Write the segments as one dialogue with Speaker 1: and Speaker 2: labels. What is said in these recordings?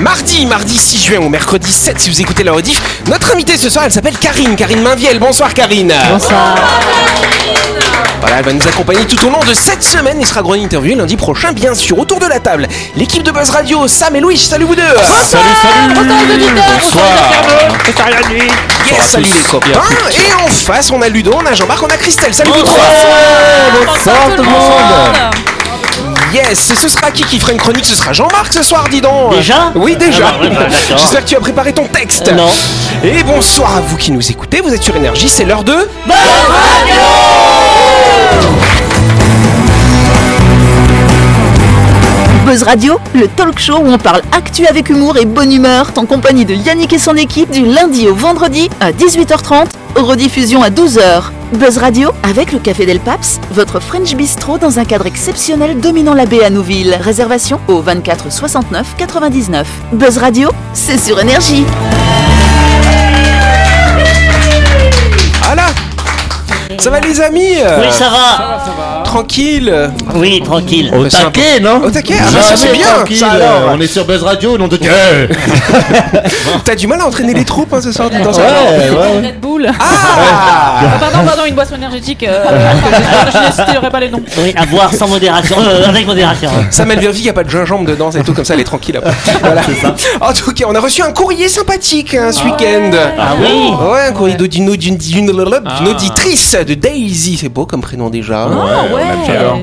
Speaker 1: mardi, mardi 6 juin ou mercredi 7 si vous écoutez la rediff. Notre invitée ce soir, elle s'appelle Karine, Karine Mainviel. Bonsoir Karine.
Speaker 2: Bonsoir.
Speaker 1: Voilà, elle va nous accompagner tout au long de cette semaine et sera grande interview lundi prochain, bien sûr. Autour de la table, l'équipe de Buzz Radio, Sam et Louis, salut vous deux
Speaker 3: Salut, salut Bonsoir
Speaker 1: Yes,
Speaker 3: à
Speaker 1: Salut
Speaker 3: tous
Speaker 1: les
Speaker 3: et
Speaker 1: copains
Speaker 3: à
Speaker 1: Hein Et en face, on a Ludo, on a Jean-Marc, on a Christelle, salut vous trois
Speaker 3: Bonsoir tout le monde
Speaker 1: Yes, et ce sera qui qui fera une chronique Ce sera Jean-Marc ce soir, dis donc
Speaker 3: Déjà
Speaker 1: Oui, déjà
Speaker 3: Ah bah, ouais, bah, d'accord.
Speaker 1: J'espère que tu as préparé ton texte
Speaker 3: Euh, non.
Speaker 1: Et bonsoir à vous qui nous écoutez, vous êtes sur Énergie, c'est l'heure de...
Speaker 2: Buzz Radio, le talk show où on parle actu avec humour et bonne humeur, en compagnie de Yannick et son équipe du lundi au vendredi à 18h30, rediffusion à 12h. Buzz Radio avec le Café Del Paps, votre French Bistro dans un cadre exceptionnel dominant la baie à Nouville. Réservation au 24 69 99. Buzz Radio, c'est sur énergie.
Speaker 1: Ah là Ça va les amis
Speaker 3: Oui, ça va
Speaker 1: Tranquille
Speaker 3: Oui, tranquille.
Speaker 4: Au
Speaker 1: Bah, c'est
Speaker 4: taquet, non
Speaker 1: Au taquet, ah bah, ça, c'est
Speaker 4: mais
Speaker 1: bien,
Speaker 4: tranquille,
Speaker 1: ça, alors.
Speaker 4: euh, On est sur Buzz Radio, nom de Dieu Ouais,
Speaker 1: T'as du mal à entraîner les troupes hein, ce soir, dis donc ça va.
Speaker 4: ouais
Speaker 5: Red Bull.
Speaker 1: Ah
Speaker 5: Pardon, pardon, une boisson énergétique. euh, je ne citerai pas les noms.
Speaker 3: Oui, à boire sans modération, euh, avec modération.
Speaker 1: Ça m'a il n'y a pas de gingembre dedans, c'est tout comme ça, elle est tranquille. après. Voilà. En tout cas, on a reçu un courrier sympathique hein, ce week-end.
Speaker 3: Ah oui
Speaker 1: Ouais, un courrier d'audino- d'une d'une- d'une auditrice de Daisy, c'est beau comme prénom déjà.
Speaker 6: Ah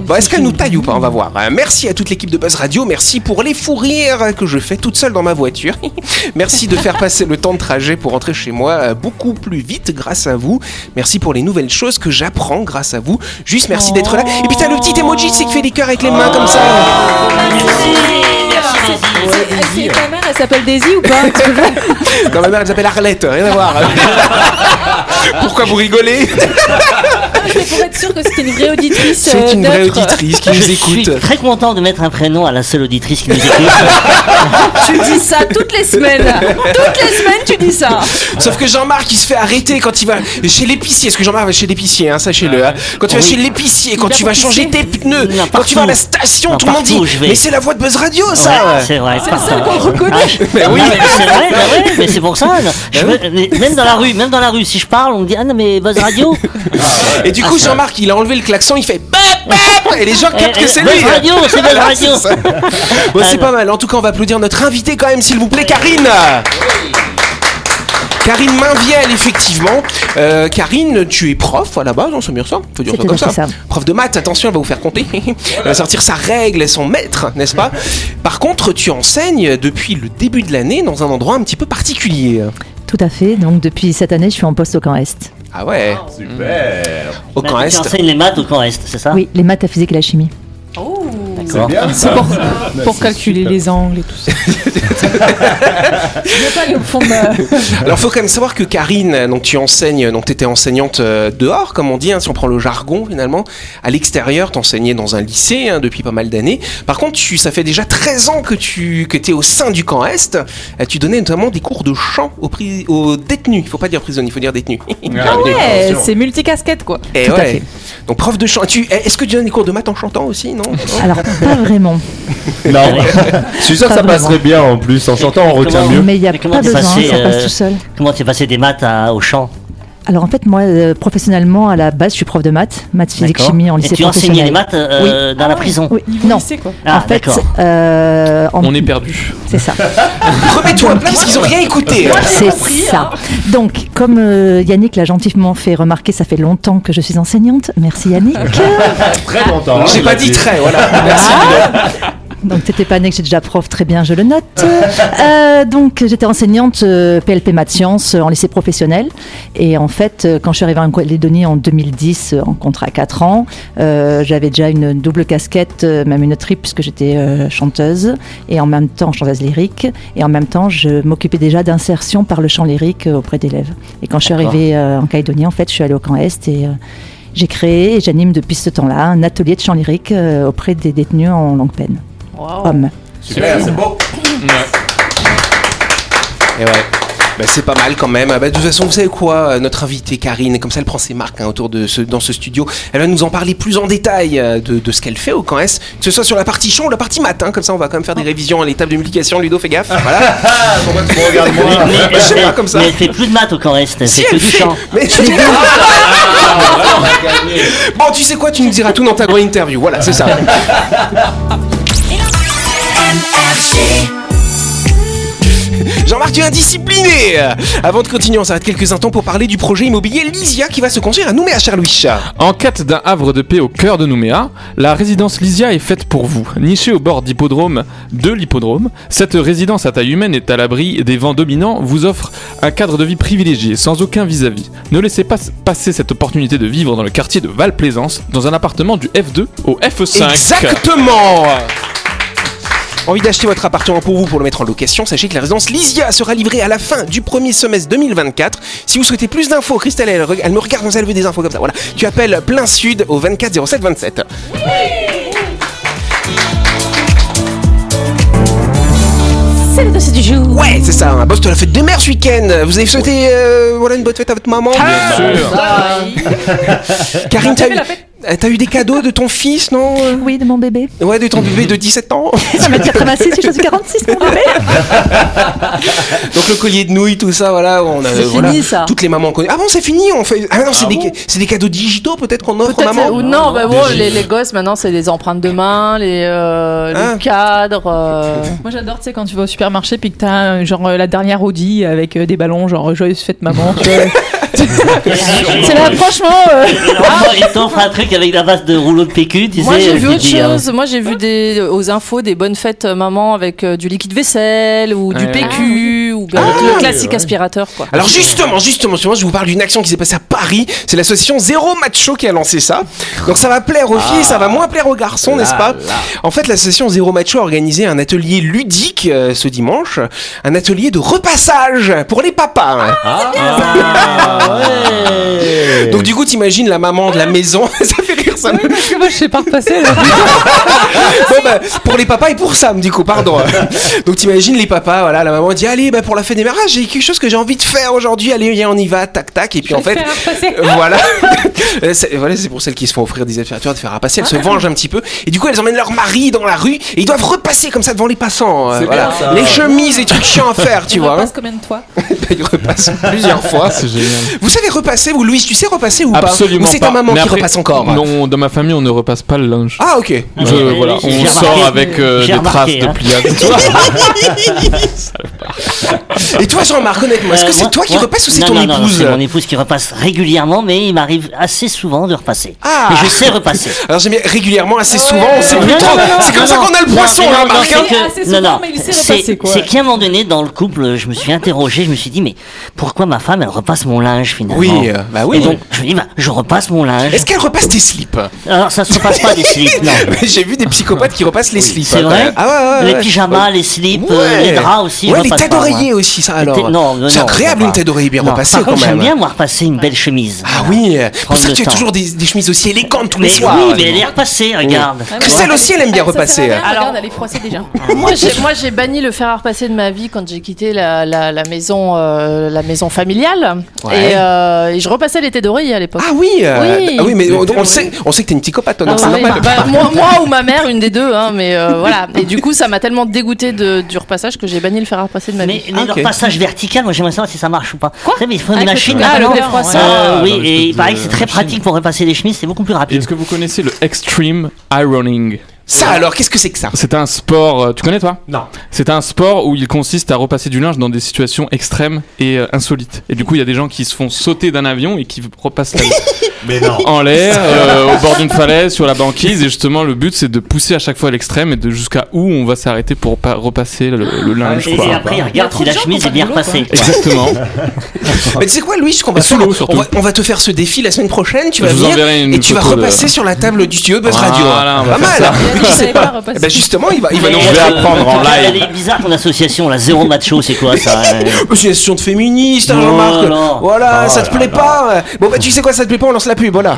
Speaker 1: Bon, Est-ce qu'elle nous taille ou pas On va voir. Euh, Merci à toute l'équipe de Buzz Radio. Merci pour les fous rires que je fais toute seule dans ma voiture. Merci de faire passer le temps de trajet pour rentrer chez moi euh, beaucoup plus vite grâce à vous. Merci pour les nouvelles choses que j'apprends grâce à vous. Juste merci d'être là. Et puis t'as le petit emoji, c'est qui fait des cœurs avec les mains comme ça. Oh.
Speaker 5: C'est ta mère, elle s'appelle Daisy ou pas
Speaker 1: Non, ma mère, elle s'appelle Arlette, rien à voir. Pourquoi vous rigolez
Speaker 6: Ah,
Speaker 5: C'est pour être sûr que c'était une vraie auditrice.
Speaker 1: C'est
Speaker 5: euh,
Speaker 1: une vraie
Speaker 5: neutre.
Speaker 1: auditrice qui
Speaker 3: Je
Speaker 1: nous
Speaker 3: suis
Speaker 1: écoute.
Speaker 3: très content de mettre un prénom à la seule auditrice qui nous écoute.
Speaker 5: Tu dis ça toutes les semaines. Toutes les semaines, tu dis ça.
Speaker 1: Sauf que Jean-Marc, il se fait arrêter quand il va chez l'épicier. Parce que Jean-Marc va chez l'épicier, hein, sachez-le. hein. Quand tu vas
Speaker 3: Ah. Oui.
Speaker 1: chez l'épicier, quand
Speaker 5: va
Speaker 1: tu vas
Speaker 5: pour
Speaker 1: changer
Speaker 5: pisser.
Speaker 1: tes pneus,
Speaker 3: Non,
Speaker 1: quand tu vas à la
Speaker 3: partout.
Speaker 1: station,
Speaker 3: Non,
Speaker 1: tout le monde dit
Speaker 3: partout où je vais.
Speaker 1: Mais c'est la voix de Buzz Radio,
Speaker 3: Ouais,
Speaker 1: ça
Speaker 3: c'est vrai, Ah, c'est
Speaker 5: seul qu'on reconnaît.
Speaker 3: Mais
Speaker 1: oui.
Speaker 3: c'est vrai, bah ouais, mais c'est pour ça. non. Je
Speaker 1: oui.
Speaker 3: me- mais même dans la rue, même dans la rue, si je parle, on me dit ah non mais Buzz Radio.
Speaker 1: Et
Speaker 3: Ah,
Speaker 1: du coup, Jean-Marc, il a enlevé le klaxon, il fait Bap, bap Et les gens captent
Speaker 3: Eh,
Speaker 1: que
Speaker 3: eh,
Speaker 1: c'est
Speaker 3: Buzz
Speaker 1: lui
Speaker 3: Radio, c'est Buzz
Speaker 1: Voilà,
Speaker 3: Radio.
Speaker 1: c'est ça. Bon, c'est pas mal. En tout cas, on va applaudir notre invité quand même, s'il vous plaît, Karine. Karine Mainviel, effectivement. Euh, Karine, tu es prof à la base, on se mire ça, faut dire ça
Speaker 2: C'est
Speaker 1: comme
Speaker 2: tout
Speaker 1: ça.
Speaker 2: à fait ça.
Speaker 1: Prof de maths, attention, elle va vous faire compter. Elle va sortir sa règle et son maître, n'est-ce pas Par contre, tu enseignes depuis le début de l'année dans un endroit un petit peu particulier.
Speaker 7: Tout à fait. Donc depuis cette année, je suis en poste au camp Est.
Speaker 1: Ah ouais Super Au camp
Speaker 3: Bah, Tu
Speaker 1: Est.
Speaker 3: enseignes les maths au camp Est, c'est ça
Speaker 7: Oui, les maths, la physique et la chimie.
Speaker 3: D'accord.
Speaker 4: C'est
Speaker 6: pour, pour calculer les angles et tout ça.
Speaker 5: Je veux pas aller au fond de ma-
Speaker 1: Alors, faut quand même savoir que Karine, donc tu enseignes, donc t'étais enseignante euh, dehors, comme on dit, hein, si on prend le jargon finalement, à l'extérieur, t'enseignais dans un lycée hein, depuis pas mal d'années. Par contre, tu, ça fait déjà 13 ans que tu que es au sein du camp Est. Euh, Tu donnais notamment des cours de chant aux, pri- aux détenus. Il faut pas dire prisonniers, il faut dire détenus.
Speaker 6: Ah Ouais,
Speaker 4: Attention.
Speaker 6: c'est multicasquette quoi.
Speaker 1: Et
Speaker 7: Tout à
Speaker 1: ouais.
Speaker 7: fait.
Speaker 1: Donc, prof de chant. Tu, eh, est-ce que tu donnes des cours de maths en chantant aussi Non
Speaker 7: Alors pas vraiment,
Speaker 4: Non, je suis sûr que ça
Speaker 7: Pas
Speaker 4: passerait bien en plus. En chantant, on retient
Speaker 3: Comment-
Speaker 4: mieux.
Speaker 7: mais il n'y a
Speaker 3: Mais
Speaker 7: pas
Speaker 3: comment t'es
Speaker 7: besoin,
Speaker 3: passé,
Speaker 7: ça
Speaker 3: euh,
Speaker 7: passe tout seul.
Speaker 3: Comment tu es passé des maths à- au chant
Speaker 7: Alors en fait, moi, euh, professionnellement, à la base, je suis prof de maths, maths, physique,
Speaker 3: D'accord.
Speaker 7: chimie en lycée
Speaker 3: Et tu
Speaker 7: professionnel.
Speaker 3: enseignais les maths euh, dans la prison.
Speaker 7: Oui,
Speaker 6: Niveau
Speaker 7: non.
Speaker 6: lycée, quoi.
Speaker 3: Ah,
Speaker 7: en fait,
Speaker 3: d'accord.
Speaker 7: euh, en-
Speaker 8: On est perdu.
Speaker 7: c'est ça.
Speaker 1: Remets-toi à plat parce qu'ils ont rien écouté. hein.
Speaker 7: C'est ça. Donc, comme euh, Yannick l'a gentiment fait remarquer, ça fait longtemps que je suis enseignante. Merci Yannick.
Speaker 4: Très longtemps. hein,
Speaker 1: J'ai
Speaker 4: il
Speaker 1: pas
Speaker 4: a
Speaker 1: dit très, voilà. Merci.
Speaker 7: Donc t'étais pas né que j'étais déjà prof, très bien, je le note. Euh, donc j'étais enseignante euh, PLP maths sciences euh, en lycée professionnel. Et en fait, euh, quand je suis arrivée en Calédonie en 2010, euh, en contrat 4 ans, euh, j'avais déjà une double casquette, euh, même une triple, puisque j'étais euh, chanteuse et en même temps chanteuse lyrique. Et en même temps, je m'occupais déjà d'insertion par le chant lyrique euh, auprès d'élèves. Et quand je suis
Speaker 3: D'accord.
Speaker 7: arrivée euh, en Calédonie, en fait, je suis allée au camp Est et... euh, j'ai créé et j'anime depuis ce temps-là un atelier de chant lyrique euh, auprès des détenus en longue peine. Oh. Hommes.
Speaker 4: Super, c'est beau.
Speaker 1: Et ouais. Bah, c'est pas mal quand même. Ah bah, de toute façon, vous savez quoi euh, Notre invitée Karine, comme ça elle prend ses marques hein, autour de ce, dans ce studio, elle va nous en parler plus en détail euh, de, de ce qu'elle fait au CANS, que ce soit sur la partie chant ou la partie matin. Comme ça, on va quand même faire des révisions à l'étape de multiplication. Ludo, fais gaffe. Voilà.
Speaker 4: Ah. Pourquoi tu me regardes moi
Speaker 1: Je sais pas comme ça.
Speaker 3: mais elle fait plus de maths au Correst, elle
Speaker 1: Si
Speaker 3: fait que
Speaker 1: elle
Speaker 3: du
Speaker 1: fait.
Speaker 3: chant.
Speaker 1: Mais- bon, tu sais quoi Tu nous diras tout dans ta grande interview. Voilà, c'est ça. Jean-Marc, tu es indiscipliné Avant de continuer, on s'arrête quelques instants pour parler du projet immobilier Lysia qui va se construire à Nouméa, cher Louis.
Speaker 8: En quête d'un havre de paix au cœur de Nouméa, la résidence Lysia est faite pour vous. Nichée au bord d'hippodrome de l'hippodrome, cette résidence à taille humaine et à l'abri des vents dominants vous offre un cadre de vie privilégié, sans aucun vis-à-vis. Ne laissez pas passer cette opportunité de vivre dans le quartier de Val-Plaisance, dans un appartement du F2 au F5.
Speaker 1: Exactement Envie d'acheter votre appartement pour vous pour le mettre en location Sachez que la résidence Lysia sera livrée à la fin du premier semestre 2024. Si vous souhaitez plus d'infos, Christelle, elle, reg- elle me regarde quand elle veut des infos comme ça. Voilà, tu appelles Plein Sud au 24 07 27.
Speaker 5: C'est le dossier du jour.
Speaker 1: Ouais, c'est ça. Hein. Boss de la fête des mères ce week-end. Vous avez souhaité euh, voilà une bonne fête à votre maman.
Speaker 5: Ah
Speaker 8: Bien sûr.
Speaker 1: Ah.
Speaker 5: Bah,
Speaker 1: Karine, t'as eu, euh, t'as eu des cadeaux de ton fils, non euh
Speaker 7: Oui, de mon bébé.
Speaker 1: Ouais, de ton
Speaker 5: Mhm.
Speaker 1: bébé de 17 ans.
Speaker 7: 86, je suis 46, mon bébé.
Speaker 1: Donc le collier de nouilles, tout ça, voilà. On a,
Speaker 5: C'est
Speaker 1: Euh, voilà,
Speaker 5: fini, ça.
Speaker 1: Toutes les mamans connaissent. Ah bon, c'est fini. On fait. Ah non, c'est des, c'est des cadeaux digitaux peut-être qu'on offre aux
Speaker 5: Peut-être
Speaker 1: mamans.
Speaker 5: ça- ou non, bah bon,
Speaker 1: Des-
Speaker 5: les, les gosses maintenant c'est les empreintes de main, les, euh, le
Speaker 1: Hein
Speaker 5: cadre. euh,
Speaker 6: Moi j'adore, tu sais, quand tu vas au supermarché puis que t'as euh, genre euh, la dernière Audi avec euh, des ballons, genre joyeuse fête maman. tu vois. c'est là, franchement. euh,
Speaker 3: Et l'enfant, Il t'offre un truc avec la vase de rouleau de PQ, tu
Speaker 5: Moi
Speaker 3: sais.
Speaker 5: j'ai
Speaker 3: tu
Speaker 5: vu autre
Speaker 3: dis, euh,
Speaker 1: hein.
Speaker 5: chose. Moi j'ai vu des aux infos des bonnes fêtes euh, maman avec euh, du liquide vaisselle ou du
Speaker 8: Ouais.
Speaker 1: Ah
Speaker 5: PQ ou bien le classique aspirateur quoi.
Speaker 1: Alors justement, justement, justement, je vous parle d'une action qui s'est passée à Paris. C'est l'association Zéro Macho qui a lancé ça. Donc ça va plaire aux filles,
Speaker 5: Ah.
Speaker 1: ça va moins plaire aux garçons, n'est-ce pas En fait, l'association Zéro Macho a organisé un atelier ludique euh, ce dimanche, un atelier de repassage pour les papas. hein.
Speaker 3: Ah, ouais.
Speaker 1: Donc du coup, t'imagines la maman
Speaker 5: Ah.
Speaker 1: de la maison, ça fait rire Sam.
Speaker 6: parce que moi je sais pas repasser. là.
Speaker 1: Bon, bah, pour les papas et pour Sam, du coup, pardon. Donc t'imagines les papas, voilà, la maman dit allez, bah, pour la fête des mariages, j'ai quelque chose que j'ai envie de faire aujourd'hui. Allez, viens, on y va, tac, tac. Et puis en fait,
Speaker 6: Faire repasser.
Speaker 1: voilà. Euh, c'est voilà, c'est pour celles qui se font offrir des aspirateurs de faire à passer. Elles se vengent un petit peu. Et du coup, elles emmènent leur mari dans la rue et ils doivent repasser comme ça devant les passants. euh,
Speaker 4: C'est
Speaker 1: voilà.
Speaker 4: bien, ça.
Speaker 1: Les chemises, les trucs chiants à faire, tu
Speaker 6: On
Speaker 1: vois. hein. Bah,
Speaker 6: repasse combien de toi
Speaker 1: Ils repassent plusieurs fois.
Speaker 8: C'est génial.
Speaker 1: Vous savez repasser, vous, Louise, tu sais repasser ou
Speaker 8: Absolument
Speaker 1: pas Ou c'est ta
Speaker 8: pas.
Speaker 1: maman
Speaker 8: Mais
Speaker 1: qui
Speaker 8: après-
Speaker 1: repasse encore
Speaker 8: Non, dans ma famille, on ne repasse pas le linge.
Speaker 1: Ah, ok.
Speaker 3: Ah,
Speaker 8: Je-
Speaker 3: oui,
Speaker 8: voilà,
Speaker 3: oui,
Speaker 8: on
Speaker 3: j'ai
Speaker 8: sort
Speaker 3: remarqué.
Speaker 8: avec euh,
Speaker 3: J'ai
Speaker 8: des traces
Speaker 3: remarqué,
Speaker 8: de
Speaker 3: hein.
Speaker 8: pliage.
Speaker 1: Et toi, Jean-Marc, honnêtement, est-ce
Speaker 3: Euh,
Speaker 1: que c'est
Speaker 3: moi-
Speaker 1: toi qui
Speaker 3: moi-
Speaker 1: repasses ou c'est
Speaker 3: Non,
Speaker 1: ton
Speaker 3: non, non,
Speaker 1: épouse
Speaker 3: C'est mon épouse qui repasse régulièrement, mais il m'arrive assez souvent de repasser.
Speaker 1: Ah.
Speaker 3: Mais je sais repasser.
Speaker 1: Alors, j'aime bien régulièrement, assez souvent, on sait
Speaker 3: Non,
Speaker 1: plus
Speaker 3: non,
Speaker 1: trop.
Speaker 3: non, non,
Speaker 1: C'est comme
Speaker 3: non,
Speaker 1: ça
Speaker 3: non.
Speaker 1: qu'on a le
Speaker 3: Non,
Speaker 1: poisson,
Speaker 3: mais non,
Speaker 1: hein,
Speaker 3: non,
Speaker 1: Marc. hein.
Speaker 3: c'est que-
Speaker 6: assez souvent,
Speaker 3: non, non,
Speaker 6: mais il sait
Speaker 3: c'est-
Speaker 6: repasser, quoi.
Speaker 3: C'est qu'à un moment donné, dans le couple, je me suis interrogé, je me suis dit, mais pourquoi ma femme, elle repasse mon linge finalement
Speaker 1: Oui, euh, bah oui.
Speaker 3: Et donc, je me dis, bah, je repasse mon linge.
Speaker 1: Est-ce qu'elle repasse tes slips
Speaker 3: Alors, ça se repasse pas des slips, non.
Speaker 1: Mais J'ai vu des psychopathes qui repassent les slips.
Speaker 3: c'est vrai
Speaker 1: Ah ouais, ouais,
Speaker 3: les
Speaker 1: ouais.
Speaker 3: pyjamas, les slips,
Speaker 1: Ouais.
Speaker 3: euh, les draps aussi.
Speaker 1: Ouais, les
Speaker 3: je repasse
Speaker 1: têtes
Speaker 3: pas, moi.
Speaker 1: d'oreiller aussi, ça
Speaker 3: Les têtes-
Speaker 1: alors.
Speaker 3: non, non,
Speaker 1: c'est
Speaker 3: non,
Speaker 1: agréable
Speaker 3: pas.
Speaker 1: une tête d'oreiller bien
Speaker 3: Non,
Speaker 1: repassée
Speaker 3: par
Speaker 1: quand
Speaker 3: contre,
Speaker 1: même.
Speaker 3: J'aime bien moi repasser une belle chemise.
Speaker 1: Ah
Speaker 3: Voilà.
Speaker 1: oui, pour
Speaker 3: Prendre
Speaker 1: ça que
Speaker 3: le
Speaker 1: tu as
Speaker 3: temps.
Speaker 1: toujours des, des chemises aussi élégantes tous les
Speaker 3: Mais
Speaker 1: soirs. Ah,
Speaker 3: oui, mais elle est repassée, regarde.
Speaker 1: Christelle aussi, elle aime
Speaker 5: Ah,
Speaker 1: bien
Speaker 6: Ça sert à
Speaker 1: repasser. hein.
Speaker 6: rien,
Speaker 5: Alors-
Speaker 6: Regarde, elle est froissée déjà.
Speaker 5: moi j'ai moi j'ai banni le fer à repasser de ma vie quand j'ai quitté la, la, la maison euh, la maison familiale
Speaker 1: Ouais.
Speaker 5: et, euh, et je repassais l'été d'oreiller à l'époque.
Speaker 1: Ah oui, euh,
Speaker 5: Oui.
Speaker 1: ah oui, mais on, on le sait, on sait que t'es une psychopathe, toi, donc
Speaker 5: Ah
Speaker 1: c'est
Speaker 5: ouais,
Speaker 1: normal.
Speaker 5: bah, moi, moi ou ma mère, une des deux, hein, mais euh, voilà. Et du coup, ça m'a tellement dégoûté de, du repassage que j'ai banni le fer à repasser de ma
Speaker 3: Mais,
Speaker 5: vie.
Speaker 3: mais
Speaker 1: Ah,
Speaker 3: leur
Speaker 1: ok.
Speaker 3: passage vertical, moi j'aimerais savoir si ça marche ou pas. Quoi mais il faut une
Speaker 5: Avec le
Speaker 3: machine.
Speaker 5: truc à
Speaker 3: là, non
Speaker 5: l'envers,
Speaker 3: Euh,
Speaker 5: ouais.
Speaker 8: Ah,
Speaker 3: oui,
Speaker 8: dans l'espèce
Speaker 3: et
Speaker 1: euh,
Speaker 8: de
Speaker 3: pareil, c'est très
Speaker 8: machine.
Speaker 3: pratique pour repasser les chemises, c'est beaucoup plus rapide.
Speaker 8: Est-ce que vous connaissez le Extreme Ironing
Speaker 1: Ça alors, qu'est-ce que c'est que ça
Speaker 8: C'est un sport, euh, tu connais toi
Speaker 4: Non.
Speaker 8: C'est un sport où il consiste à repasser du linge dans des situations extrêmes et euh, insolites. Et du coup, il y a des gens qui se font sauter d'un avion et qui repassent la
Speaker 4: Mais non.
Speaker 8: en l'air, euh, au bord d'une falaise, sur la banquise. Et justement, le but, c'est de pousser à chaque fois à l'extrême et de jusqu'à où on va s'arrêter pour pa- repasser le, le linge.
Speaker 3: Et,
Speaker 8: quoi.
Speaker 3: et après, regarde si la chemise est bien repassée.
Speaker 8: Exactement.
Speaker 1: Mais tu sais quoi, Louis, qu'on va
Speaker 8: Et sous
Speaker 1: faire-
Speaker 8: l'eau,
Speaker 1: on,
Speaker 8: surtout.
Speaker 1: va, on va te faire ce défi la semaine prochaine. Tu
Speaker 8: Je
Speaker 1: vas
Speaker 8: vous
Speaker 1: venir
Speaker 8: enverrai une
Speaker 1: et tu vas
Speaker 8: photo de-
Speaker 1: repasser sur la table du studio de Buzz Radio.
Speaker 8: Voilà, on va
Speaker 1: Pas
Speaker 8: faire
Speaker 1: mal.
Speaker 8: ça.
Speaker 1: hein.
Speaker 6: Il y a des saveurs à repasser.
Speaker 9: Eh ben,
Speaker 1: Bah justement, il va, il va
Speaker 3: Mais-
Speaker 1: nous.
Speaker 8: Je vais apprendre en live.
Speaker 3: Elle est bizarre ton association, la zéro macho, c'est quoi ça
Speaker 1: Ah,
Speaker 3: euh
Speaker 1: C'est une association de féministes, hein, Jean-Marc.
Speaker 3: Voilà.
Speaker 1: Voilà,
Speaker 9: Oh
Speaker 1: ça te plaît pas. ouais. Bon, bah, tu sais quoi, ça te plaît pas, on lance la pub, voilà.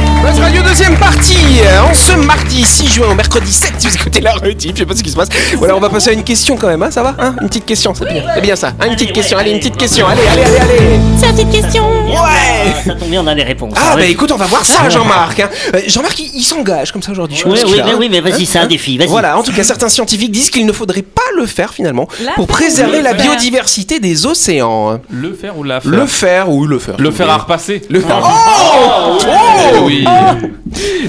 Speaker 1: Buzz Radio deuxième partie euh, en ce mardi 6 juin au mercredi 7 si vous écoutez la rediff, je sais pas ce qui se passe. Voilà, on va passer à une question quand même, hein, ça va hein Une petite question, c'est bien. C'est bien ça. hein, une petite question, allez, une petite question, allez, allez, allez, allez.
Speaker 3: Ouais Ça tombe bien, on a les réponses.
Speaker 1: Ah bah
Speaker 3: oui.
Speaker 1: écoute, on va voir ça, Jean-Marc. hein. Euh, Jean-Marc, il, il s'engage comme ça aujourd'hui. je sais pas
Speaker 3: Oui,
Speaker 1: ce
Speaker 3: oui,
Speaker 1: qu'il a,
Speaker 3: mais
Speaker 1: hein.
Speaker 3: oui, mais vas-y,
Speaker 1: Hein,
Speaker 3: c'est
Speaker 1: hein.
Speaker 3: un défi, vas-y.
Speaker 1: Voilà, en tout cas, certains scientifiques disent qu'il ne faudrait pas le faire finalement
Speaker 6: La
Speaker 1: pour
Speaker 6: faire,
Speaker 1: préserver
Speaker 6: oui,
Speaker 1: la
Speaker 6: le faire.
Speaker 1: biodiversité des océans.
Speaker 8: Le faire ou la faire
Speaker 1: Le faire, oui, le faire.
Speaker 8: Le faire à repasser
Speaker 1: Le
Speaker 3: Ah.
Speaker 1: faire. Oh,
Speaker 8: Eh
Speaker 1: Oh
Speaker 8: Oui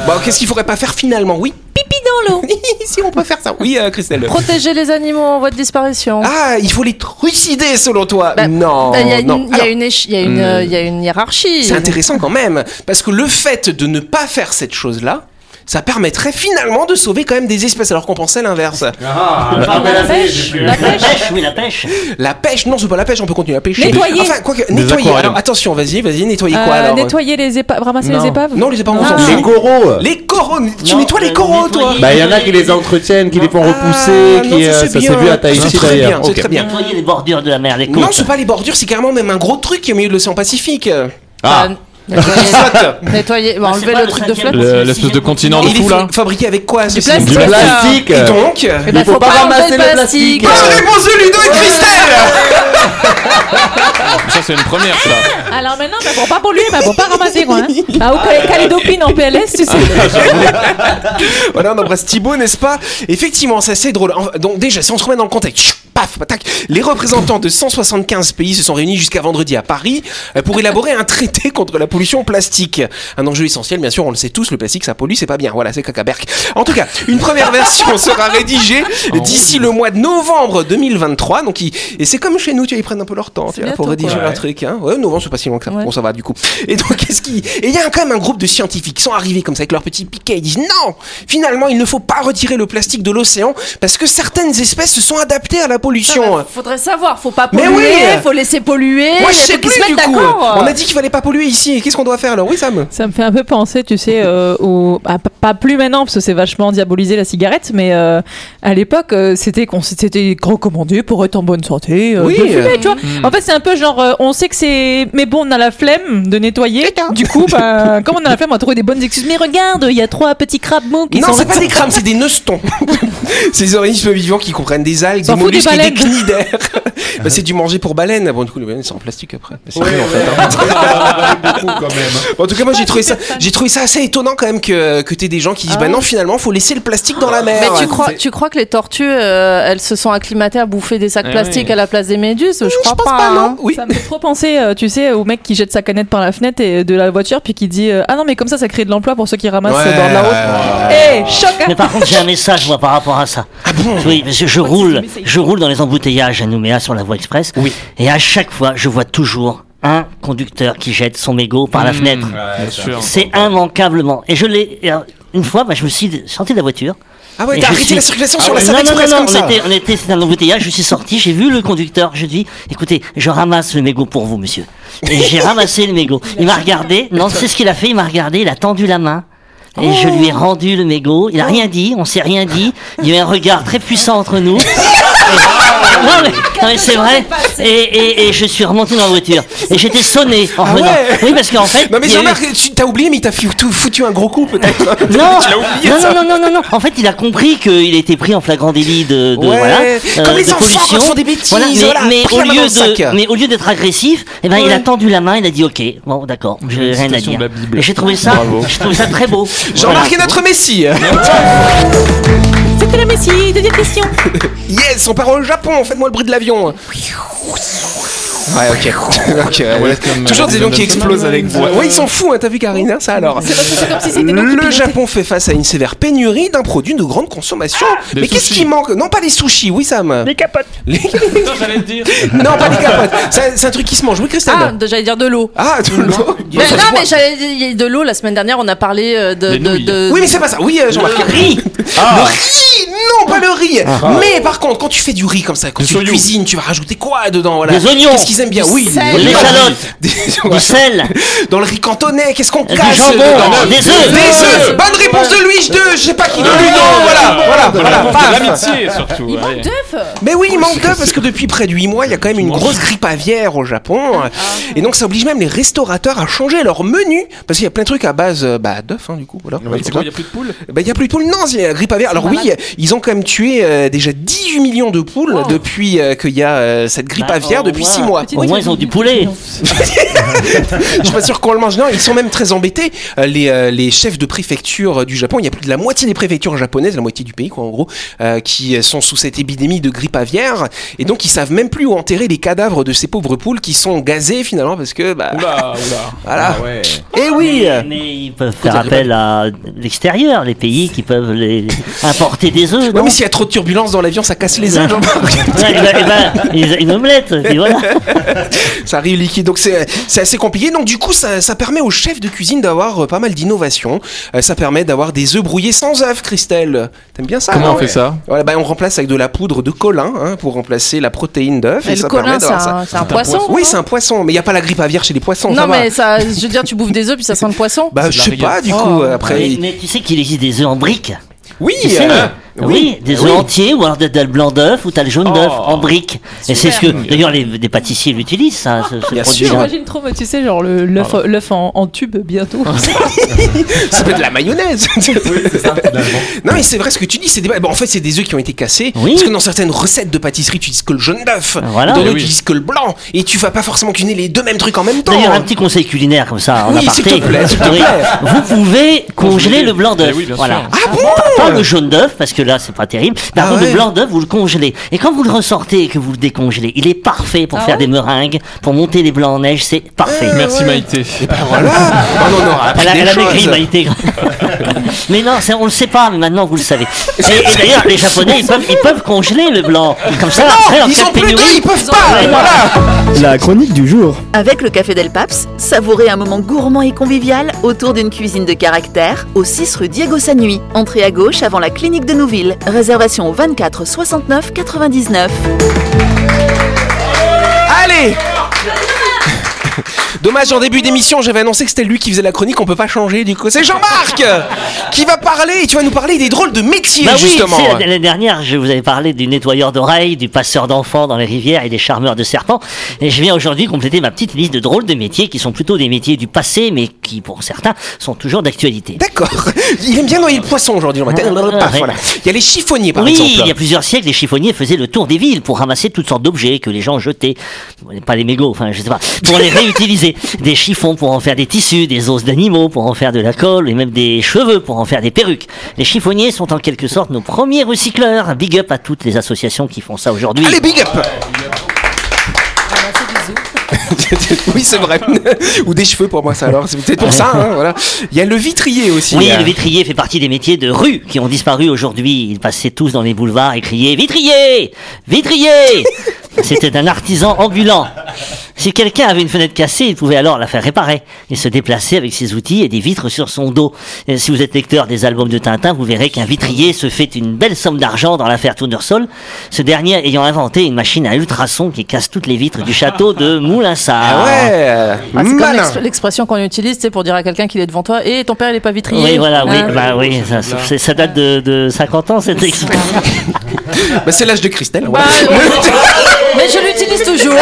Speaker 1: Bon, qu'est-ce qu'il faudrait pas faire finalement Oui, pipi dans l'eau. si on peut faire ça. Oui, euh, Christelle.
Speaker 5: Protéger les animaux en voie de disparition.
Speaker 1: Ah, il faut les trucider selon toi.
Speaker 5: Bah,
Speaker 1: non,
Speaker 5: Bah, Il y a
Speaker 1: non.
Speaker 5: une- il y a
Speaker 1: Alors,
Speaker 5: une éche- il y a une,
Speaker 8: Hmm.
Speaker 5: euh, il y a une hiérarchie.
Speaker 1: c'est intéressant quand même, parce que le fait de ne pas faire cette chose-là, ça permettrait finalement de sauver quand même des espèces, alors qu'on pensait l'inverse.
Speaker 4: Ah,
Speaker 3: Pardon, la
Speaker 4: pêche
Speaker 3: La pêche, oui, la pêche.
Speaker 1: La pêche, non, c'est pas la pêche, on peut continuer à pêcher.
Speaker 6: Nettoyer.
Speaker 1: Enfin, quoi que, nettoyer.
Speaker 8: aquariums.
Speaker 1: Alors, attention, vas-y, vas-y, nettoyer quoi
Speaker 6: Euh,
Speaker 1: alors
Speaker 6: nettoyer les épaves, ramasser
Speaker 8: Non.
Speaker 6: les épaves
Speaker 1: Non, les épaves, on s'en
Speaker 6: Ah.
Speaker 1: fout.
Speaker 4: Les coraux
Speaker 1: Les coraux, tu
Speaker 3: Non,
Speaker 1: nettoies les
Speaker 3: euh,
Speaker 1: coraux, toi
Speaker 3: nettoyer.
Speaker 4: Bah, il y en a qui les entretiennent, qui les font repousser,
Speaker 1: Ah, non,
Speaker 4: Bah, qui.
Speaker 1: ça,
Speaker 4: euh,
Speaker 1: c'est
Speaker 4: ça s'est
Speaker 1: bien.
Speaker 4: vu à
Speaker 1: C'est
Speaker 4: Tahiti
Speaker 1: très bien,
Speaker 4: d'ailleurs.
Speaker 1: c'est
Speaker 4: Ok.
Speaker 1: très bien.
Speaker 3: Nettoyer les bordures de la mer, les côtes.
Speaker 1: Non, c'est pas les bordures, c'est carrément même un gros truc au milieu de l'océan Pacifique.
Speaker 5: Bah,
Speaker 4: Ah.
Speaker 5: nettoyer-
Speaker 1: Flotte.
Speaker 5: Nettoyer, bah,
Speaker 3: Ah, c'est
Speaker 5: enlever
Speaker 3: pas
Speaker 5: le
Speaker 3: le
Speaker 5: truc de
Speaker 3: cinquième.
Speaker 5: flotte.
Speaker 3: Le-
Speaker 8: Le- L'espèce de continent de
Speaker 1: Il est
Speaker 8: fou là
Speaker 1: fa- fabriqué avec quoi ce
Speaker 5: Du
Speaker 1: système
Speaker 4: Du
Speaker 5: Plastique.
Speaker 4: plastique Ah,
Speaker 1: Et donc
Speaker 5: Eh ben,
Speaker 4: Il faut pas ramasser le plastique.
Speaker 1: Bonne réponse de Ludo et de Christelle
Speaker 8: Ça c'est une première ça
Speaker 6: Alors maintenant, mais bon, pas pour lui, mais bon, pas ramasser quoi. Hein. Ah, ou Cal- Calédopine en PLS, tu sais.
Speaker 1: Ah. Voilà, on embrasse Thibaut, n'est-ce pas Effectivement, c'est assez drôle. Enfin, Donc déjà, si on se remet dans le contexte, chou, paf, tac, les représentants de 175 pays se sont réunis jusqu'à vendredi à Paris euh, pour élaborer un traité contre la pollution plastique. Un enjeu essentiel, bien sûr, on le sait tous, le plastique ça pollue, c'est pas bien. Voilà, c'est cacaberc. En tout cas, une première version sera rédigée d'ici le mois de novembre 2023. Donc, ils- et c'est comme chez nous, tu vois, ils prennent un peu leur temps, tu vois, pour
Speaker 6: bientôt,
Speaker 1: rédiger
Speaker 8: quoi.
Speaker 1: leur
Speaker 8: Ouais.
Speaker 1: truc. Hein. Ouais, novembre, c'est pas si loin que ça.
Speaker 5: Ouais.
Speaker 1: Bon, ça va du coup. Et donc, qu'est-ce qui. Et il y a quand même un groupe de scientifiques qui sont arrivés comme ça avec leur petit piquet. Ils disent non Finalement, il ne faut pas retirer le plastique de l'océan parce que certaines espèces se sont adaptées à la pollution.
Speaker 5: Putain, Faudrait savoir, Ah bah, faut pas
Speaker 1: Mais
Speaker 5: polluer,
Speaker 1: oui
Speaker 5: faut laisser polluer,
Speaker 1: Moi,
Speaker 5: il
Speaker 1: je
Speaker 5: y a
Speaker 1: sais
Speaker 5: ceux qui
Speaker 1: plus
Speaker 5: se mettent
Speaker 1: du coup.
Speaker 5: d'accord. hein.
Speaker 1: On a dit qu'il fallait pas polluer ici. Qu'est-ce qu'on doit faire alors Oui, Sam
Speaker 6: Ça me fait un peu penser, tu sais, euh, au... ah, p- pas plus maintenant, parce que c'est vachement diabolisé la cigarette, mais euh, à l'époque, euh, c'était qu'on c'était recommandé pour être en bonne santé. euh,
Speaker 1: Oui. hmm.
Speaker 6: de fumer, tu vois. En fait, c'est un peu genre, euh, on sait que c'est. Mais bon, on a la flemme de nettoyer. Du coup, bah, comme on a la flemme, on va trouver des bonnes excuses. Mais regarde, il y a trois petits crabes qui
Speaker 1: non,
Speaker 6: sont
Speaker 1: c'est pas des crabes, c'est des neustons. Ces organismes vivants qui comprennent des algues, des
Speaker 6: S'en fout des
Speaker 1: mollusques et des
Speaker 6: baleines.
Speaker 1: cnidaires. bah, c'est du manger pour baleines. Bon, du coup, les baleines, c'est en plastique après. Bah, c'est
Speaker 4: Ouais,
Speaker 1: nul, en fait.
Speaker 4: ouais. Ah, bah, beaucoup, quand même.
Speaker 1: En tout cas, moi j'ai trouvé ça, j'ai trouvé ça assez étonnant quand même que que t'aies des gens qui disent bah non finalement faut laisser le plastique dans la mer.
Speaker 5: Ah Mais tu crois, tu crois que les tortues, euh, elles se sont acclimatées à bouffer des sacs
Speaker 8: Eh
Speaker 5: plastiques
Speaker 8: oui.
Speaker 5: à la place des méduses Je
Speaker 1: Je
Speaker 5: crois
Speaker 1: pense pas,
Speaker 5: hein.
Speaker 1: non. Oui.
Speaker 6: Ça me fait trop penser, euh, tu sais, au mec qui jette sa canette par la fenêtre et de la voiture, puis qui dit euh, Ah non, mais comme ça, ça crée de l'emploi pour ceux qui ramassent
Speaker 1: Ouais,
Speaker 6: euh, dans la route.
Speaker 1: ouais,
Speaker 6: Eh, choc hein.
Speaker 3: Mais par contre, j'ai un message moi par rapport à ça.
Speaker 1: Ah
Speaker 3: Oui, parce que je roule, je roule dans les embouteillages à Nouméa sur la voie express.
Speaker 1: Oui.
Speaker 3: Et à chaque fois, je vois toujours un conducteur qui jette son mégot par la
Speaker 8: Mmh,
Speaker 3: fenêtre.
Speaker 8: Bien sûr
Speaker 3: C'est immanquablement. Et je l'ai. et, euh, Une fois, bah, je me suis sorti de la voiture.
Speaker 1: Ah ouais,
Speaker 3: Et
Speaker 1: t'as
Speaker 3: je
Speaker 1: arrêté
Speaker 3: suis- Ah,
Speaker 1: la circulation sur la
Speaker 3: Non,
Speaker 1: salle
Speaker 3: non,
Speaker 1: express
Speaker 3: non, non,
Speaker 1: comme ça.
Speaker 3: On était, on était, c'était un embouteillage, je suis sorti, j'ai vu le conducteur, je lui ai dit, écoutez, je ramasse le mégot pour vous, monsieur. Et j'ai ramassé le mégot. Il m'a regardé, non, c'est ce qu'il a fait, il m'a regardé, il a tendu la main. Et je lui
Speaker 1: Oh.
Speaker 3: ai rendu le mégot. Il a rien dit, on s'est rien dit. Il y a eu un regard très puissant entre nous. Et- non, mais, non, mais c'est vrai. Et, et, et je suis remonté dans la voiture. Et j'étais sonné en
Speaker 1: Ah
Speaker 3: revenant.
Speaker 1: ouais
Speaker 3: Oui, parce qu'en fait.
Speaker 1: Non mais
Speaker 3: il y a eu-
Speaker 1: Jean-Marc, tu t'as oublié mais t'as foutu, foutu un gros coup peut-être.
Speaker 3: non,
Speaker 1: tu l'as oublié
Speaker 3: non,
Speaker 1: ça.
Speaker 3: non, non, non, non, non. En fait, il a compris qu'il était pris en flagrant délit de, de
Speaker 1: Ouais,
Speaker 3: voilà, euh,
Speaker 1: comme les
Speaker 3: de
Speaker 1: enfants quand
Speaker 3: pollution.
Speaker 1: ils font des bêtises,
Speaker 3: Voilà, mais,
Speaker 1: voilà,
Speaker 3: mais
Speaker 1: pris
Speaker 3: au
Speaker 1: la main dans
Speaker 3: lieu
Speaker 1: le sac.
Speaker 3: de, mais au lieu d'être agressif, eh ben, il a tendu la main, il a dit OK, bon, d'accord, j'ai
Speaker 8: Une
Speaker 3: rien à
Speaker 8: citation
Speaker 3: dire.
Speaker 8: de la Bible.
Speaker 3: Et j'ai trouvé ça,
Speaker 8: Bravo.
Speaker 3: j'ai trouvé ça très beau.
Speaker 1: Jean-Marc
Speaker 3: Voilà.
Speaker 1: est notre Messie.
Speaker 6: C'était le Messie, deuxième question.
Speaker 1: Yes, on part au Japon. Faites-moi le bruit de l'avion. Ouais, ok. Ok, ouais.
Speaker 8: comme,
Speaker 1: Toujours
Speaker 8: euh,
Speaker 1: des
Speaker 8: Donald
Speaker 1: gens qui
Speaker 8: Trump.
Speaker 1: explosent avec vous. Ouais, ils s'en foutent, hein, t'as vu Karine, hein, ça alors.
Speaker 5: C'est parce que c'est comme si c'était nous qui
Speaker 1: Le
Speaker 5: pilotions.
Speaker 1: Japon fait face à une sévère pénurie d'un produit de grande consommation.
Speaker 8: Ah, Des
Speaker 1: Mais qu'est-ce
Speaker 8: sushis.
Speaker 1: qui manque Non, pas les sushis, oui, Sam. Les capotes.
Speaker 8: Putain, j'allais le dire.
Speaker 1: Non, pas les capotes. C'est c'est un truc qui se mange, oui,
Speaker 5: Ah,
Speaker 1: Christelle.
Speaker 5: de- j'allais dire de l'eau.
Speaker 1: Ah, tout le monde.
Speaker 5: Mais non, mais j'allais dire de l'eau. La semaine dernière, on a parlé euh, de.
Speaker 8: Des
Speaker 5: de-
Speaker 8: nouilles.
Speaker 5: de-
Speaker 1: Oui, mais c'est pas ça. Oui, euh, Jean-Marc.
Speaker 3: Le riz. Ah.
Speaker 1: Le riz Non, pas le riz Mais par contre, quand tu fais du riz comme ça, quand
Speaker 8: Du
Speaker 1: tu le
Speaker 8: soyou.
Speaker 1: cuisines, tu vas rajouter quoi dedans voilà.
Speaker 3: Des oignons.
Speaker 1: Qu'est-ce qu'ils aiment bien Oui,
Speaker 5: sel.
Speaker 1: oignons.
Speaker 3: Des échalotes.
Speaker 1: Des-
Speaker 3: du sel,
Speaker 1: Dans le riz cantonais, qu'est-ce qu'on
Speaker 3: du
Speaker 1: casse dedans
Speaker 3: jambon, des œufs. Ah.
Speaker 1: Des œufs. Bonne réponse de Louis II Je sais pas qui de Ludo
Speaker 4: Ah,
Speaker 1: Voilà, voilà, voilà
Speaker 8: De
Speaker 1: paf.
Speaker 8: l'amitié surtout.
Speaker 5: Il manque
Speaker 8: ouais.
Speaker 5: d'œufs.
Speaker 1: Mais oui, il manque d'œufs parce que depuis près de 8 mois, il y a quand même une grosse grippe aviaire au Japon.
Speaker 3: Ah.
Speaker 1: Et donc, ça oblige même les restaurateurs à changer leur menu parce qu'il y a plein de trucs à base euh, bah, d'œufs, hein, du coup. Voilà.
Speaker 8: Mais c'est quoi, il y a plus de poules
Speaker 1: Bah, il n'y a plus de poules. Non, il y a la grippe aviaire. Alors oui, ils ont quand même tué euh, déjà 18 millions de poules depuis euh, qu'il y a euh, cette grippe
Speaker 3: Bah,
Speaker 1: aviaire
Speaker 3: au
Speaker 1: depuis
Speaker 3: moins-
Speaker 1: 6 mois.
Speaker 3: Au moins, ils ont du poulet.
Speaker 1: Je suis pas sûr qu'on le mange. Non, ils sont même très embêtés. Euh, les, euh, les chefs de préfecture euh, du Japon, il y a plus de la moitié des préfectures japonaises, la moitié du pays, quoi, en gros, euh, qui euh, sont sous cette épidémie de grippe aviaire. Et donc, ils savent même plus où enterrer les cadavres de ces pauvres poules qui sont gazées finalement parce que, bah,
Speaker 8: Oula, oula.
Speaker 1: voilà.
Speaker 4: Ah ouais.
Speaker 1: Eh oui!
Speaker 3: Mais, mais ils peuvent faire appel à l'extérieur, les pays qui peuvent les importer des œufs.
Speaker 1: Ouais,
Speaker 3: non
Speaker 1: mais s'il y a trop de turbulence dans l'avion, ça casse les hein. âges.
Speaker 3: Ouais, eh ben- eh ben, ils- une omelette, et voilà.
Speaker 1: Ça arrive liquide, donc c'est c'est assez compliqué. Donc du coup, ça, ça permet aux chefs de cuisine d'avoir euh, pas mal d'innovations. Euh, ça permet d'avoir des œufs brouillés sans œufs, Christelle. T'aimes bien ça
Speaker 8: Comment
Speaker 1: non
Speaker 8: on fait ça
Speaker 1: Voilà, bah, on remplace avec de la poudre de colin hein, pour remplacer la protéine d'œuf.
Speaker 5: Mais le
Speaker 1: ça
Speaker 5: colin,
Speaker 1: permet
Speaker 5: c'est
Speaker 1: d'avoir
Speaker 5: un, c'est un poisson.
Speaker 1: Oui,
Speaker 5: non
Speaker 1: c'est un poisson, mais il n'y a pas la grippe aviaire chez les poissons. ça
Speaker 5: Non,
Speaker 1: va.
Speaker 5: mais ça, je veux dire, tu bouffes des œufs puis ça sent le poisson.
Speaker 1: Bah,
Speaker 8: de
Speaker 1: je
Speaker 8: la
Speaker 1: sais
Speaker 8: rigueur. Ah,
Speaker 1: pas, du
Speaker 5: Oh.
Speaker 1: coup, euh, après.
Speaker 3: Mais,
Speaker 1: il-
Speaker 3: mais tu sais qu'il existe des œufs en briques.
Speaker 1: Oui,
Speaker 3: Tu sais,
Speaker 1: euh,
Speaker 3: Hein oui, des œufs entiers, ou alors t'as le blanc d'œuf, ou t'as le jaune
Speaker 8: Oh.
Speaker 3: d'œuf en briques. Et c'est ce que,
Speaker 8: Super.
Speaker 3: d'ailleurs, les, des pâtissiers l'utilisent, ça, ce, ce
Speaker 1: Bien sûr.
Speaker 3: produit-là.
Speaker 6: J'imagine trop, mais tu sais, genre le- l'œuf l'œuf en, en tube bientôt.
Speaker 1: ça peut être de la mayonnaise.
Speaker 4: C'est ça, finalement.
Speaker 1: Non, mais c'est vrai ce que tu dis. C'est des... bah, en fait, c'est des œufs qui ont été cassés.
Speaker 3: Oui.
Speaker 1: Parce que dans certaines recettes de pâtisserie, tu dis que le jaune d'œuf.
Speaker 3: Voilà.
Speaker 1: Dans
Speaker 3: Eh
Speaker 1: d'autres,
Speaker 8: oui.
Speaker 1: tu dis que le blanc. Et tu vas pas forcément cuisiner les deux mêmes trucs en même temps.
Speaker 3: D'ailleurs, un petit conseil culinaire comme ça, en
Speaker 1: Oui,
Speaker 3: aparté.
Speaker 1: s'il te plaît, s'il te
Speaker 3: Oui.
Speaker 1: plaît.
Speaker 3: Vous pouvez congeler
Speaker 8: Congeler.
Speaker 3: le blanc
Speaker 8: Eh
Speaker 3: d'œuf.
Speaker 8: oui, bien
Speaker 3: voilà.
Speaker 8: sûr.
Speaker 1: Ah bon
Speaker 3: Pas le jaune d'œuf, parce que là, c'est pas terrible. Par
Speaker 1: Ah
Speaker 3: contre,
Speaker 1: ouais.
Speaker 3: le blanc d'œuf, vous le congelez. Et quand vous le ressortez et que vous le décongelez, il est parfait pour
Speaker 6: Ah
Speaker 3: faire des
Speaker 6: ouais
Speaker 3: meringues, pour monter les blancs en neige, c'est parfait.
Speaker 1: Ah
Speaker 8: Merci Maïté.
Speaker 1: Voilà. Oh, non, non,
Speaker 3: Elle a,
Speaker 1: des
Speaker 3: elle a maigri, bah,
Speaker 1: choses.
Speaker 3: Maïté. mais non, c'est- on le sait pas, mais maintenant vous le savez. Et, et d'ailleurs, les Japonais, ils peuvent, ils peuvent congeler le blanc. Comme ça, après,
Speaker 1: Ah,
Speaker 3: en
Speaker 1: Ils
Speaker 3: cas
Speaker 1: ont
Speaker 3: de
Speaker 1: plus d'œufs,
Speaker 3: pénurie.
Speaker 1: ils peuvent
Speaker 3: ont-
Speaker 1: pas.
Speaker 3: Ouais,
Speaker 1: Voilà.
Speaker 9: La chronique du jour.
Speaker 2: Avec le Café Del Paps, savourez un moment gourmand et convivial autour d'une cuisine de caractère au 6 rue Diego Sanui. Entrée à gauche avant la clinique de Nouville. Réservation au 24 69 99.
Speaker 1: Allez Dommage, en début d'émission, j'avais annoncé que c'était lui qui faisait la chronique, on peut pas changer du coup. C'est Jean-Marc qui va parler, et tu vas nous parler des drôles de métiers,
Speaker 3: Bah oui,
Speaker 1: justement.
Speaker 3: tu sais, la- l'année dernière, je vous avais parlé du nettoyeur d'oreilles, du passeur d'enfants dans les rivières et des charmeurs de serpents. Et je viens aujourd'hui compléter ma petite liste de drôles de métiers qui sont plutôt des métiers du passé, mais qui, pour certains, sont toujours d'actualité.
Speaker 1: D'accord. Il aime bien noyer le poisson aujourd'hui, Jean-Marc.
Speaker 3: Ah,
Speaker 1: Paf,
Speaker 3: ouais.
Speaker 1: voilà. Il y a les chiffonniers, par
Speaker 3: oui, il y a
Speaker 1: exemple.
Speaker 3: plusieurs siècles, les chiffonniers faisaient le tour des villes pour ramasser toutes sortes d'objets que les gens jetaient, Bon, pas les mégots, enfin je sais pas, pour les réutiliser. Des chiffons pour en faire des tissus, des os d'animaux pour en faire de la colle et même des cheveux pour en faire des perruques. Les chiffonniers sont en quelque sorte nos premiers recycleurs. Un Big up à toutes les associations qui font ça aujourd'hui.
Speaker 1: Allez, big up oui, c'est vrai. Ou des cheveux pour moi, ça alors. C'est peut-être pour ça, hein, voilà. Il y a le vitrier aussi.
Speaker 3: Oui,
Speaker 1: Euh,
Speaker 3: le vitrier fait partie des métiers de rue qui ont disparu aujourd'hui. Ils passaient tous dans les boulevards et criaient Vitrier Vitrier C'était un artisan ambulant. Si quelqu'un avait une fenêtre cassée, il pouvait alors la faire réparer. Il se déplaçait avec ses outils et des vitres sur son dos. Et si vous êtes lecteur des albums de Tintin, vous verrez qu'un vitrier se fait une belle somme d'argent dans l'affaire Tournesol, ce dernier ayant inventé une machine à ultrasons qui casse toutes les vitres du château de Moulinsart.
Speaker 1: ah ouais,
Speaker 5: Ah, c'est comme
Speaker 1: malin.
Speaker 5: l'ex- l'expression qu'on utilise tu sais, pour dire à quelqu'un qu'il est devant toi et ton père il est pas vitrier.
Speaker 3: Oui, voilà, oui,
Speaker 5: Hein.
Speaker 3: bah oui, ça, ça- ça date de, de 50 ans cette expression.
Speaker 1: Bah, c'est l'âge de Christelle.
Speaker 5: Bah,
Speaker 1: voilà.
Speaker 5: ouais. Mais je l'utilise toujours.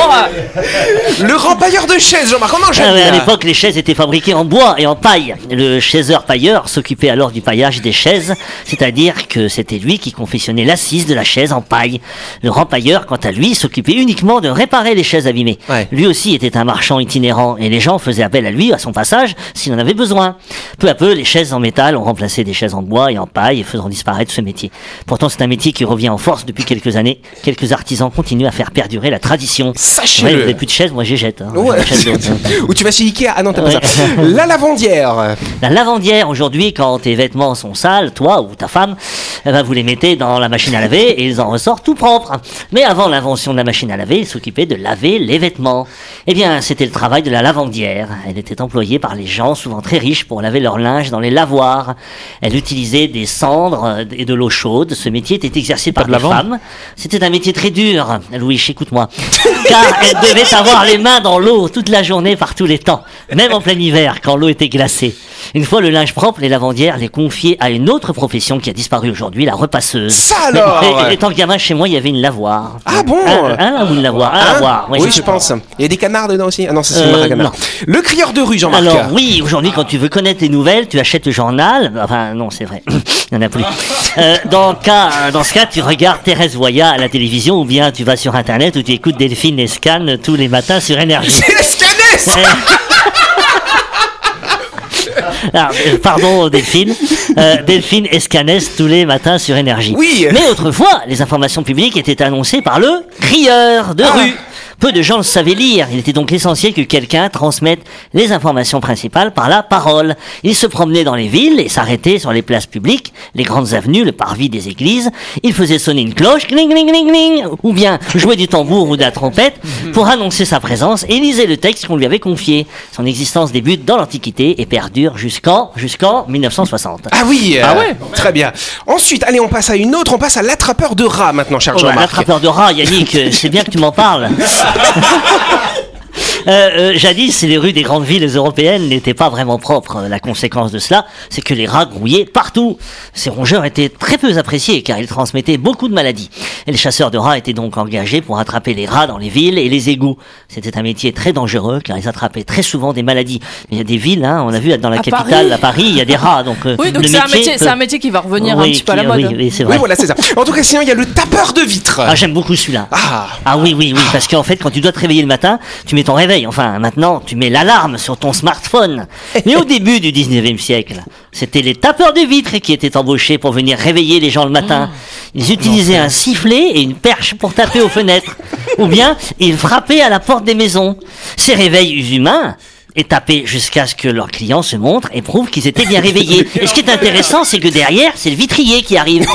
Speaker 1: Le rempailleur de chaises, Jean-Marc, on enchaîne.
Speaker 3: Ah ouais, à
Speaker 1: là.
Speaker 3: l'époque, les chaises étaient fabriquées en bois et en paille. Le chaiseur-pailleur s'occupait alors du paillage des chaises, c'est-à-dire que c'était lui qui confectionnait l'assise de la chaise en paille. Le rempailleur, quant à lui, s'occupait uniquement de réparer les chaises abîmées.
Speaker 1: Ouais.
Speaker 3: Lui aussi était un marchand itinérant et les gens faisaient appel à lui à son passage s'il en avait besoin. Peu à peu, les chaises en métal ont remplacé des chaises en bois et en paille, faisant disparaître ce métier. Pourtant, c'est un métier qui revient en force depuis quelques années. Quelques artisans continuent à faire perdre perdurer la tradition. Ouais, vous
Speaker 1: Sachez-le.
Speaker 3: avez plus de chaises, moi j'y jette. hein.
Speaker 1: Ouais.
Speaker 3: J'en jette d'autres.
Speaker 1: Ou tu vas chez Ikea Ah non, t'as
Speaker 3: Ouais.
Speaker 1: pas ça. La lavandière.
Speaker 3: La lavandière aujourd'hui, quand tes vêtements sont sales, toi ou ta femme, eh ben, vous les mettez dans la machine à laver et ils en ressortent tout propres. Mais avant l'invention de la machine à laver, ils s'occupaient de laver les vêtements. Eh bien, c'était le travail de la lavandière. Elle était employée par les gens, souvent très riches, pour laver leur linge dans les lavoirs. Elle utilisait des cendres euh, et de l'eau chaude. Ce métier était exercé par
Speaker 8: de
Speaker 3: des
Speaker 8: lavande.
Speaker 3: femmes. C'était un métier très dur. Louis, écoute-moi. Car elle devait avoir les mains dans l'eau toute la journée, par tous les temps. Même en plein hiver, quand l'eau était glacée. Une fois le linge propre, les lavandières les confiaient à une autre profession qui a disparu aujourd'hui, la repasseuse.
Speaker 1: Ça alors
Speaker 3: Mais- et- et- Étant gamin, chez moi, il y avait une lavoir.
Speaker 1: Ah bon
Speaker 3: Un, un ou une lavoir Un
Speaker 1: Hein
Speaker 3: lavoir, oui.
Speaker 1: oui, je pense. Il y a des canards dedans aussi. Ah non, ça c'est
Speaker 3: Euh,
Speaker 1: une marque à canards.
Speaker 3: non.
Speaker 1: Le crieur de rue, Jean-Marc.
Speaker 3: Alors oui, aujourd'hui quand tu veux connaître les nouvelles, tu achètes le journal. Enfin non, c'est vrai, il n'y en a plus. Euh, dans, le cas, dans ce cas, tu regardes Thérèse Voya à la télévision ou bien tu vas sur Internet ou tu écoutes Delphine et Scan tous les matins sur Énergie.
Speaker 1: C'est les scanner
Speaker 3: Alors, euh, pardon Delphine, Euh, Delphine Escanès tous les matins sur Énergie.
Speaker 1: Oui.
Speaker 3: Mais autrefois, les informations publiques étaient annoncées par le crieur de rue. Peu de gens le savaient lire, il était donc essentiel que quelqu'un transmette les informations principales par la parole. Il se promenait dans les villes et s'arrêtait sur les places publiques, les grandes avenues, le parvis des églises. Il faisait sonner une cloche, cling, cling, cling, cling, ou bien jouer du tambour ou de la trompette pour annoncer sa présence et lisait le texte qu'on lui avait confié. Son existence débute dans l'Antiquité et perdure jusqu'en jusqu'en 1960.
Speaker 1: Ah oui Ah ouais Très bien. Ensuite, allez, on passe à une autre. On passe à l'attrapeur de rats maintenant, cher
Speaker 3: Oh, bah,
Speaker 1: Jean-Marc.
Speaker 3: L'attrapeur de rats, Yannick, euh, c'est bien que tu m'en parles. Euh, euh, jadis, les rues des grandes villes européennes n'étaient pas vraiment propres. La conséquence de cela, c'est que les rats grouillaient partout. Ces rongeurs étaient très peu appréciés car ils transmettaient beaucoup de maladies. Et les chasseurs de rats étaient donc engagés pour attraper les rats dans les villes et les égouts. C'était un métier très dangereux car ils attrapaient très souvent des maladies. Il y a des villes, hein, on a vu dans la
Speaker 5: À
Speaker 3: capitale,
Speaker 5: Paris.
Speaker 3: à Paris, il y a des rats. Donc, euh,
Speaker 5: Oui, donc
Speaker 3: le
Speaker 5: c'est un métier,
Speaker 3: peut-
Speaker 5: c'est un métier qui va revenir un
Speaker 3: Oui,
Speaker 5: petit peu à la
Speaker 3: qui-
Speaker 5: mode.
Speaker 3: oui, oui, c'est vrai.
Speaker 1: Oui, voilà, c'est ça. En tout cas, sinon, il y a le tapeur de vitres.
Speaker 3: Ah, j'aime beaucoup celui-là.
Speaker 1: Ah.
Speaker 3: Ah oui, oui, oui, parce qu'en fait, quand tu dois te réveiller le matin, tu mets ton réveil. Enfin, maintenant, tu mets l'alarme sur ton smartphone. Mais au début du 19e siècle, c'était les tapeurs de vitres qui étaient embauchés pour venir réveiller les gens le matin. Ils utilisaient un sifflet et une perche pour taper aux fenêtres. Ou bien, ils frappaient à la porte des maisons. Ces réveils humains et taper jusqu'à ce que leurs clients se montrent et prouvent qu'ils étaient bien réveillés. Et ce qui est intéressant, c'est que derrière, c'est le vitrier qui arrive.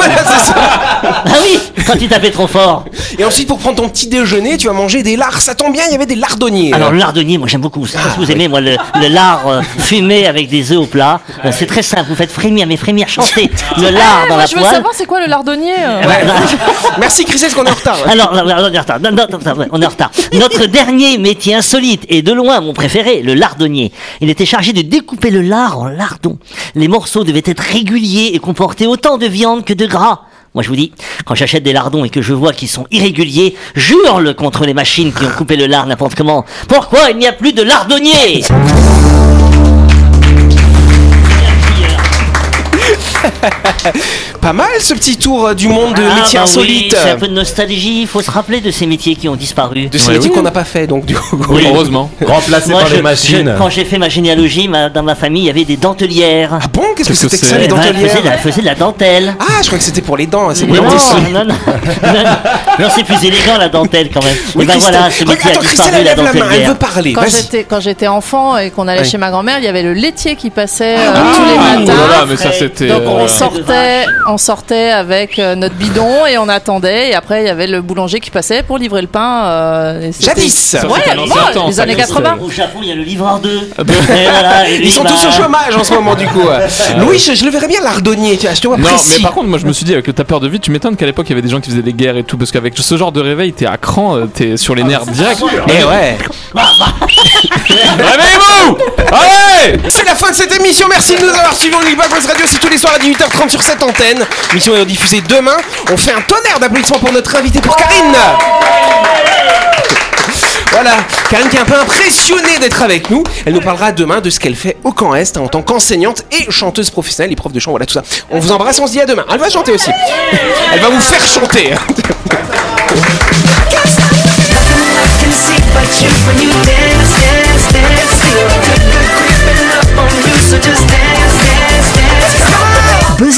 Speaker 3: Ah oui, quand tu tapais trop fort.
Speaker 1: Et ensuite, pour prendre ton petit déjeuner, tu vas manger des lards. Ça tombe bien, il y avait des lardonniers.
Speaker 3: Alors le lardonnier, moi j'aime beaucoup. Je sais pas si vous aimez moi le, le lard euh, fumé avec des œufs au plat. Euh, c'est très simple. Vous faites frémir, mais frémir, chanter le lard
Speaker 5: Ah,
Speaker 3: dans
Speaker 5: moi,
Speaker 3: la
Speaker 5: je veux
Speaker 3: poêle.
Speaker 5: savoir c'est quoi le lardonnier euh.
Speaker 1: Eh Ouais. Merci, Chris, est-ce qu'on est en retard ouais.
Speaker 3: Alors, là, là, on est en retard. Non, non, non, ouais, on est en retard. Notre dernier métier insolite et de loin mon préféré, le lardonnier. Il était chargé de découper le lard en lardons. Les morceaux devaient être réguliers et comporter autant de viande que de gras. Moi, je vous dis, quand j'achète des lardons et que je vois qu'ils sont irréguliers, j'hurle contre les machines qui ont coupé le lard n'importe comment. Pourquoi il n'y a plus de lardonnier
Speaker 1: Pas mal ce petit tour euh, du monde de
Speaker 3: Ah,
Speaker 1: métiers
Speaker 3: bah oui,
Speaker 1: insolites.
Speaker 3: c'est un peu de nostalgie, il faut se rappeler de ces métiers qui ont disparu.
Speaker 1: De ces
Speaker 8: Ouais,
Speaker 1: métiers
Speaker 8: oui.
Speaker 1: qu'on n'a pas fait, donc du coup.
Speaker 3: Oui.
Speaker 8: Heureusement.
Speaker 4: Remplacé
Speaker 3: Moi,
Speaker 4: par
Speaker 3: je-
Speaker 4: les machines.
Speaker 3: je- quand j'ai fait ma généalogie, ma- dans ma famille, il y avait des dentelières.
Speaker 1: Ah bon Qu'est-ce que
Speaker 8: Qu'est-ce que
Speaker 1: c'était que ça,
Speaker 8: c'est
Speaker 1: les
Speaker 3: Eh ben, elles faisaient
Speaker 1: dentelières
Speaker 3: de la- elles faisaient de la dentelle.
Speaker 1: Ah, je crois que c'était pour les dents. C'est
Speaker 3: Non, Eh
Speaker 1: pour les dents.
Speaker 3: non, non, Non, c'est plus élégant la dentelle quand même.
Speaker 1: Oui,
Speaker 3: Et ben
Speaker 1: Christelle.
Speaker 3: voilà, ce
Speaker 1: Attends,
Speaker 3: métier a
Speaker 1: Christelle,
Speaker 3: disparu
Speaker 1: elle
Speaker 3: la
Speaker 1: lève la main, elle
Speaker 3: dentelière.
Speaker 1: veut parler.
Speaker 5: Quand
Speaker 1: Vas-y.
Speaker 5: j'étais quand j'étais enfant et qu'on allait
Speaker 1: Oui.
Speaker 5: chez ma grand-mère, il y avait le laitier qui passait euh,
Speaker 8: Ah,
Speaker 5: tous les
Speaker 8: oh là là,
Speaker 5: matins.
Speaker 8: mais ça c'était.
Speaker 5: Donc
Speaker 8: euh,
Speaker 5: on sortait, on sortait avec euh, notre bidon et on attendait. Et après, il y avait le boulanger qui passait pour livrer le pain. euh, et c'était-
Speaker 1: Jadis
Speaker 5: Ouais,
Speaker 8: c'était
Speaker 5: avant,
Speaker 8: dans un temps,
Speaker 5: les
Speaker 8: ça,
Speaker 5: années
Speaker 8: Christelle.
Speaker 5: 80.
Speaker 3: Au Japon, il y a le livreur 2.
Speaker 1: Ah, ben. Ils sont tous au
Speaker 3: bah.
Speaker 1: chômage en ce moment, du coup. euh,
Speaker 3: Euh,
Speaker 1: Louis, je, je le verrais bien lardonnier. Tiens, je te vois
Speaker 8: Euh, Non,
Speaker 1: précis.
Speaker 8: mais par contre, moi je me suis dit avec le tapeur de vide, tu m'étonnes qu'à l'époque il y avait des gens qui faisaient des guerres et tout, parce qu'avec ce genre de réveil, t'es à cran, euh, t'es sur les nerfs direct.
Speaker 1: Eh ouais.
Speaker 8: Réveillez-vous Allez
Speaker 1: C'est la fin de cette émission. Merci de nous avoir suivis. On n'oublie pas que Buzz Radio, c'est tous les soirs à 18h30 sur cette antenne. Mission est diffusée demain. On fait un tonnerre d'applaudissements pour notre invitée, pour Karine. Voilà, Karine qui est un peu impressionnée d'être avec nous. Elle nous parlera demain de ce qu'elle fait au Camp Est hein, en tant qu'enseignante et chanteuse professionnelle, et prof de chant, voilà tout ça. On vous embrasse, on se dit à demain. Elle va chanter aussi. Elle va vous faire chanter. hein.
Speaker 2: Buzz